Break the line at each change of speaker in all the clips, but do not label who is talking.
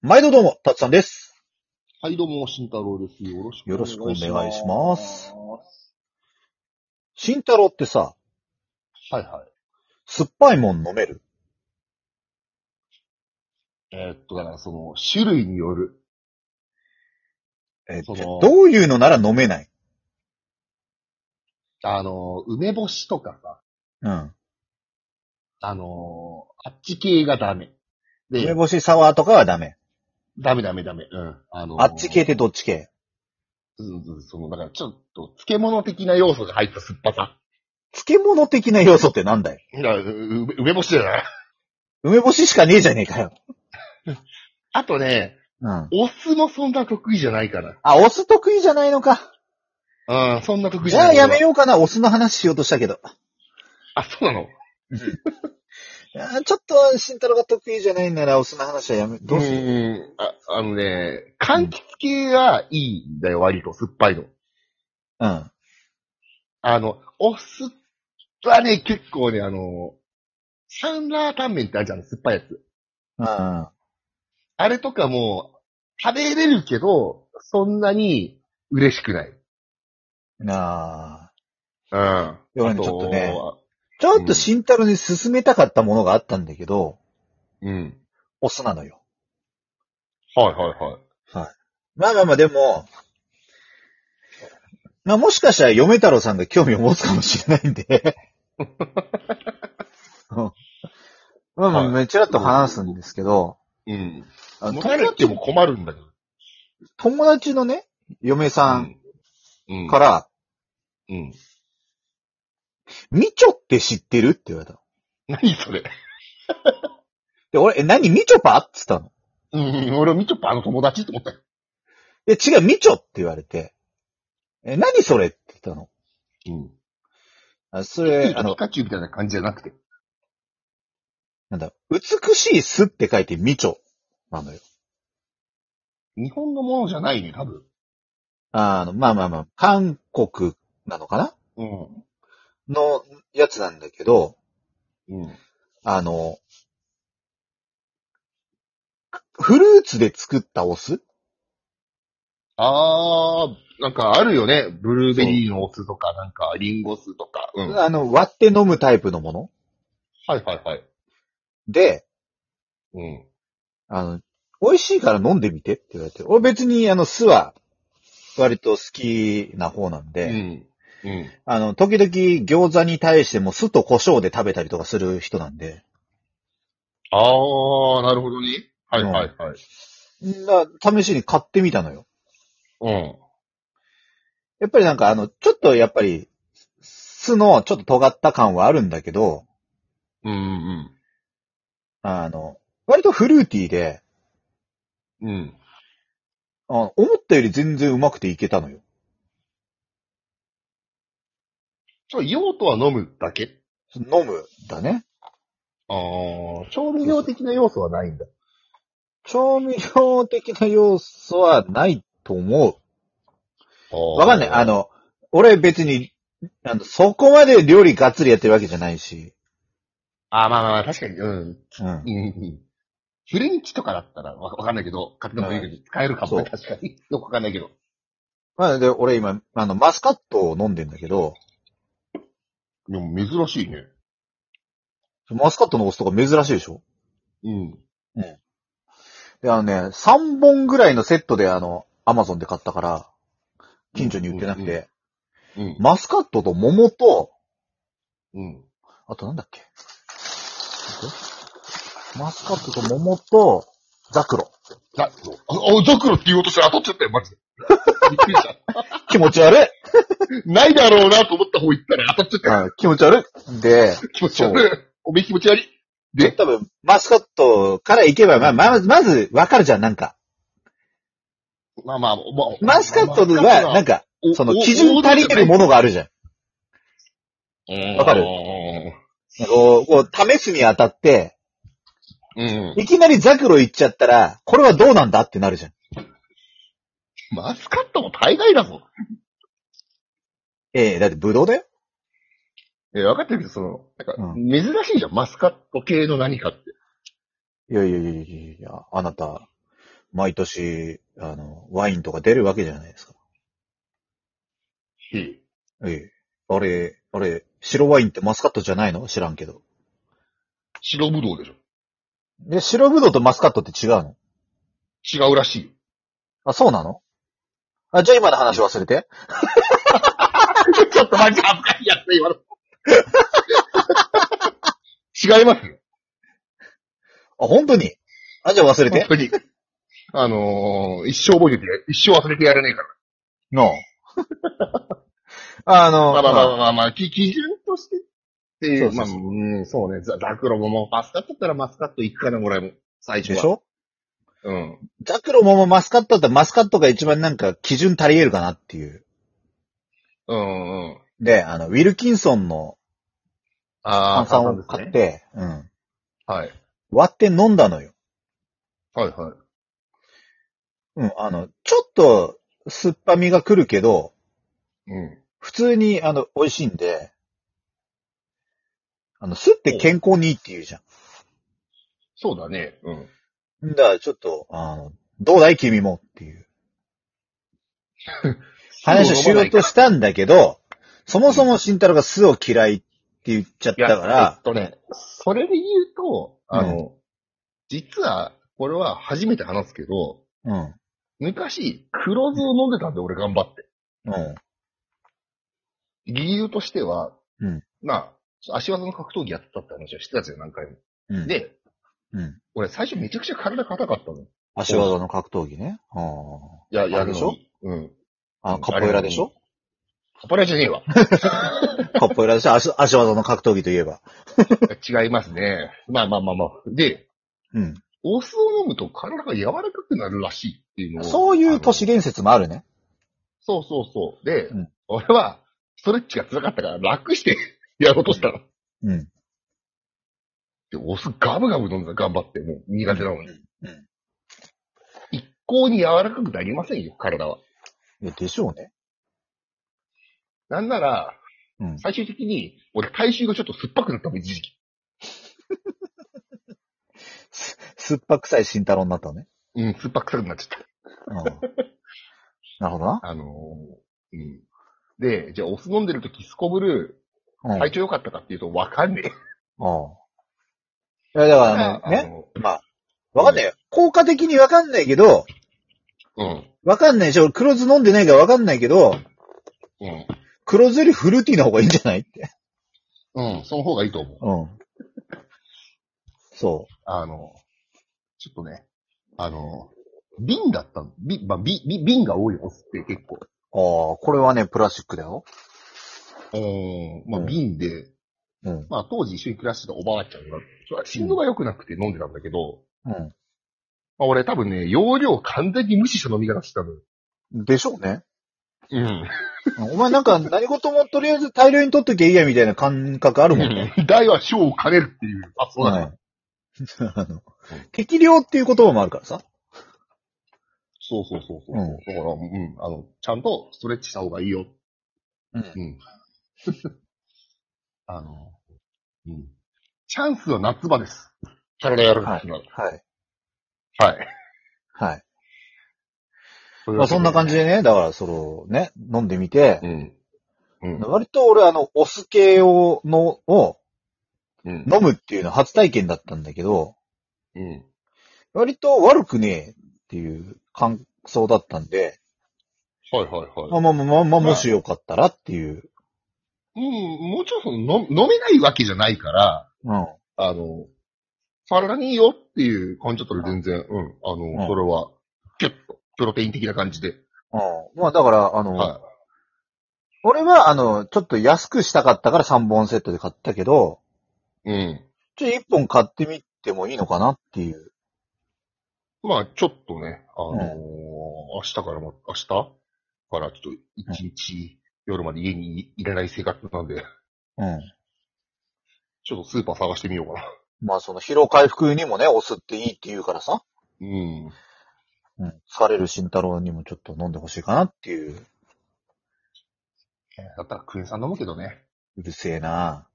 毎度どうも、たつさんです。
はい、どうも、慎太郎です。よろしくお願いします。
よろしくお願いします慎太郎ってさ、
はいはい。
酸っぱいもん飲める
えーっと、だからその、種類による。
えー
その
どういうのなら飲めない
あの、梅干しとかさ、
うん。
あの、あっち系がダメ。
梅
で、
干しサワーとかはダメ。
ダメダメダメ。うん。あの、
あっち系ってどっち系
うんうんその、だからちょっと、漬物的な要素が入った酸っぱさ。
漬物的な要素ってなんだよ。
いや、う梅梅干しだよな。
梅干ししかねえじゃねえかよ。
あとね、
うん。
お酢もそんな得意じゃないか
あ、お酢得意じゃないのか。
ら。うん、そんな得意
じ
じゃ
ゃ
な
あ
い。
やめようかな、お酢の話しようとしたけど。
あ、そうなの
あーちょっと、慎太郎が得意じゃないなら、お酢の話はやめ、どうす
う
る
ん。あ、あのね、柑橘系はいいんだよ、割と、酸っぱいの。
うん。
あの、お酢はね、結構ね、あの、サンラータンメンってあるじゃん、酸っぱいやつ。
うん。
あれとかも、食べれるけど、そんなに嬉しくない。
なあ。
うん。あ
要はねちょっとね
は
ちょっと慎太郎に勧めたかったものがあったんだけど、
うん。
お酢なのよ。
はいはいはい。
まあまあまあ、でも、まあもしかしたら嫁太郎さんが興味を持つかもしれないん で。うんまあまあ、
は
めちらっと話すんですけど、
うん。
あの
持た
友
れて
達
も困るんだけど。
友達のね、嫁さん
うん。
か。ら、
うん。
みちょって知ってるって言われたの。
何それ。
で、俺、え、何みちょぱって言ったの。
うん。俺はみちょぱあの友達って思ったよ。
で、違う、みちょって言われて、え、何それって言ったの。
うん。
あそれ、あ
ピ
の、
カチュウみたいな感じじゃなくて。
なんだ、美しいすって書いてみちょなのよ。
日本のものじゃないね、多分。
あの、まあまあまあ、韓国なのかな
うん。
のやつなんだけど、
うん。
あの、フルーツで作ったお酢
あー、なんかあるよね。ブルーベリーのお酢とか、なんかリンゴ酢とか。うん。はい
あの、割って飲むタイプのもの
はいはい。
で、
うん。
あの、美味しいから飲んでみてって言われて、俺別にあの酢は割と好きな方なん
う
で、
ん。うん。
あの、時々餃子に対しても酢と胡椒で食べたりとかする人なんで、
あー、なるほどね。はいはいはい。
な試しに買ってみたのよ。
うん。
やっぱりなんかあの、ちょっとやっぱり、酢のちょっと尖った感はあるんだけど、
うんうん
あの、割とフルーティーで、
うん。うん。
あの思ったより全然うまくていけたのよ。
ちょ、用途は飲むだけ
飲む、だね。
あー、調味料的な要素はないんだ。
調味料的な要素はないと思う。わ
わ
かんない。あ、の、俺別に、あの、そこまで料理がっつりやってるわけじゃないし。
あー、まあまあまあ、確かに、うん。
うん
う。んうんフレンチとかだったらわわかんないけど、買ってもいいけど、使えるかもね、確かに。よくわかんないけど。
まあ、で、俺今、あの、マスカットを飲んでんだけど、
でも珍しいね。
マスカットのお酢とか珍しいでしょ
うん。
で、あのね、3本ぐらいのセットであの、アマゾンで買ったから、近所に売ってなくて、
うんうんうん。
マスカットと桃と、
うん。
あとなんだっけマスカットと桃と、ザクロ。
ザクロ。あお、ザクロって言おうとしたら当たっちゃったよ、マジで。びっくりした。
気持ち悪い、
ないだろうなと思った方行ったら当たっちゃったよ。
うん、気持ち悪いで、
気持ち悪い。おめえ気持ち悪い。で
多分、マスカットから行けば、まあ、まず、まず、わかるじゃん、なんか。
まあまあ、まあ、
マスカットは、なんか、
お
その、基準足りてるものがあるじゃん。
の
わかるなんかこう、こう試すにあたって、
うん。
いきなりザクロ行っちゃったら、これはどうなんだってなるじゃん。
マスカットも大概だぞ。
ええだって、ブドウだよ。
え、分かってるけど、その、
う
なんか、珍しいじゃん、マスカット系の何かって。
いやいやいやいやいや、あなた、毎年、あの、ワインとか出るわけじゃないですか。
ひ
ええ。あれ、あれ、白ワインってマスカットじゃないの知らんけど。
白ぶどうで
で、白ぶどうとマスカットって違うの
しょ。違うらしいよ。
あ、そうなのあ、じゃあ今の話忘れて。
ちょっとマジ恥ずかしいやつだ、今の。違いますよ。
あ、本当にあ、じゃあ忘れ
本
て。
当に。あのー、一生覚えててや、一生忘れてやれねえから。
のあ の、
まあま
まあ
あまあまあまあ、き基準としてってい。
そううそ
まあ、
うそう
うん、そうね。ザザクロももうマスカットだったらマスカット行くかな、俺も。最初
で
は。
しょ
うん。
ザクロももマスカットだったらマスカットが一番なんか基準足り得るかなっていう。
うんうん。
で、あの、ウィルキンソンの
あ
炭
あ、
酸を
炭酸
買っ
ですね。
て、うん。
はい。
割って飲んだのよ。
はいはい。
うん、あの、ちょっと酸っぱみが来るけど、
うん。
普通にあの、美味しいんで、あの、酢って健康にいいって言うじゃ
そうだね。うん。
ん。だからちょっと、あの、どうだい君もっていう話をしようとしたんだけど、そもそも慎太郎が酢を嫌いって言っちゃっ
いや、
たか
え
ら
っ、とね、それで言うと、あの、実は、これは初めて話すけど、
うん、
昔、黒酢を飲んでたんで、俺頑張って。
うん、
理由としては、
うん
まあ、足技の格闘技やってたって話はしてたじゃん、何回も。
うん。
で、
うん。
俺最初めちゃくちゃ体硬かったの。い
足技の格闘技ね。あー
や、や
あれ
る
で
の
しょ
に。うん。
あの、カッポエラでしょ
カポエラじゃねえわ。
カッポエラでしょ足足技の格闘技といえば。
違いますね。まあまあまあまあ。で、
うん。
お酢を飲むと体が柔らかくなるらしいっていうのを。
そういう都
あ
市
の
伝説もあるね。
そうそうそう。で、
うん
俺は、ストレッチが辛かったから楽して やろうとしたの。
うん。
で、お酢ガブガブ飲んだ、頑張って、もう苦手なのに。
うん
一向に柔らかくなりませんよ、体は。
いやでしょうね。
なんなら、
うん。
最終的に、俺体臭がちょっと酸っぱくなったもん、一時期。
す酸っぱくさい慎太郎になったの ね。
うん、酸っぱくさくなっちゃった。
うん。なるほどな。
あのーうん。で、じゃあお酢飲んでるときすこぶる、
うん。
体調良かったかっていうと、わかんねえ。
うん。いや、だからね、ね。
の
わかんないよ。効果的にわかんないけど、
うん。
わかんないでしょ。黒酢飲んでないからわかんないけど、
うん。
黒酢よりフルーティーな方がいいんじゃないって。
うん、その方がいいと思う。
うん。そ
あの、ちょっとね、あの、瓶だったの。瓶、まあ、瓶、瓶瓶が多いお酢って結構。
う。ああ、これはね、プラスチックだよ。
うん、まあ
うん
瓶で、
うん。
まあ当時一緒に暮らしてたおばあちゃんが、ちょっと心臓が良くなくて飲んでたんだけど、
う
まあ俺多分ね、容量完全に無視した飲み方してたのよ。
ん。でしょうね。
うん。
うんお前なん か何事もとりあえず大量に取っときゃいいやみたいな感覚あるもんね。
大は小を兼ねるっていう発想だから。
はい。 あの、適量っていう言葉もあるからさ。
そうそうそうそう。
うん
だから、うん、あの、ちゃんとストレッチした方がいいよ。
うん。
うん。 あの、うん。チャンスは夏場です。体やる
はい
くなる。
はい。
はい。
はい。まあそんな感じ。でね、だからそのね、飲んでみて、
うん。うん。
割と俺あの、お酢系を、の、を
うん。
飲むっていうのは初体験だったんだけど、
うん。
割と悪くねえっていう感想だったんで、
はいはい
ま
は
あ
い。
まあまあまあまあ、もしよかったらっていう。
うん、もちろんその飲飲めないわけじゃないから、
うん。
あの、体にいいよっていう感じだったら全然、うん、あの、
うん
それは、キュッと、プロテイン的な感じで。
うん。まあだから、あの、
は
俺はあの、ちょっと安くしたかったから3本セットで買ったけど、
い。うん。
ちょ、1本買ってみてもいいのかなっていう。
まあ、ちょっとね、あのー
うん
明日からも、明日からちょっと一日、夜まで家にいれない生活なんで、
うん。
ちょっとスーパー探してみようかな。
まあその疲労回復にもね、お酢っていいって言うからさ。
うん。
うん。疲れる慎太郎にもちょっと飲んでほしいかなっていう。
だったらクエン酸飲むけどね。
うるせえな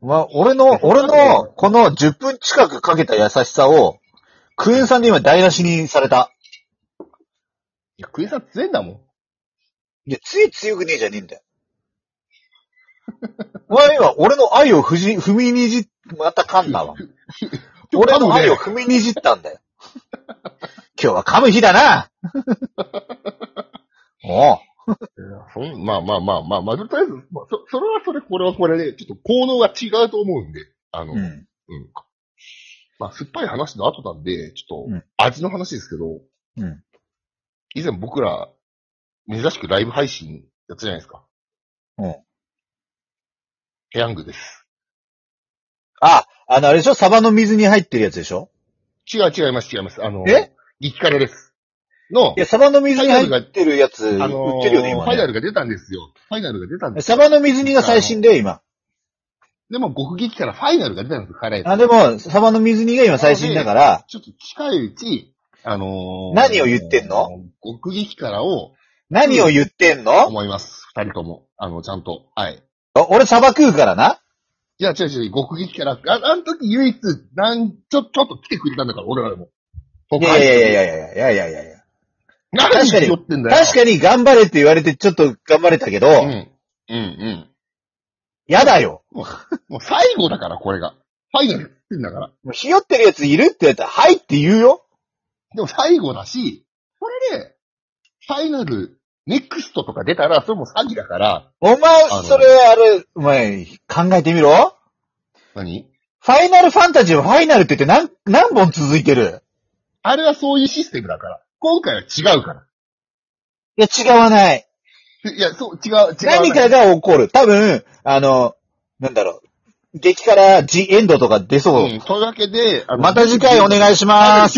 まあ、俺の、俺の、この10分近くかけた優しさを、クエン酸で今台無しにされた。
いや、クエン酸強いんだもん。
いや、つい強くねえじゃねえんだよ。お前今、俺の愛をふじ、踏みにじっ、また噛んだわ。俺の愛を踏みにじったんだよ。今日は噛む日だなおう
いやそんまあまあまあまあまあ、とりあえず、まあ、そ、それはそれ、これはこれで、ちょっと効能が違うと思うんで、あの、
う
うん。
ん。
まあ、酸っぱい話の後なんで、ちょ
う
っ
ん
と、味の話ですけど、
うん。
以前僕ら、珍しくライブ配信やったじゃないですか。
うん。
ペヤングです。
あ、あの、あれでしょサバの水に入ってるやつでしょ
違う違います違います。あの、
え
激辛です。
い、
の
や、サバの水に入ってるやつ、売
あ
っ
の
てるよね、
フ
今
ァイナ
ね。
ルが出たんですよ。ファイナルが出たんです
サバの水煮が最新だよ、今。
でも、極激辛ファイナルが出たんですよ、辛いやつ
あ、でも、サバの水煮が今最新だから、
ちょっと近いうち、あのー
何を言ってんの
極激辛を
何を言ってんの、
思います。二人とも。あの、ちゃんと。はい。
あ俺サバ食うからな。
いや、違う違う、極激辛。あ、あの時唯一、なん、ちょ、ちょっと来てくれたんだから、俺らでも。
いやいやいやいやいやいやいやいや。
何しよってんだよ。
確かに頑張れって言われてちょっと頑張れたけど、
うん。うん、うん。
やだよ。
もう最後だから、これが。ファイナルやってんだから。
もうひよってるやついるってやったら、はいって言うよ。
でも最後だし、これで、ファイナル、ネクストとか出たら、それも詐欺だから、
お前
あの、
それ、あれ、お前、考えてみろ。
何
ファイナルファンタジーはファイナルって言って何、何本続いてる
あれはそういうシステムだから。今回は違うから。
いや、違わない。
いや、そう、違う、違う。
何かが起こる。多分、あの、なんだろう。激辛、ジエンドとか出そう。
うん、というわけで、あの
また次回お願いします。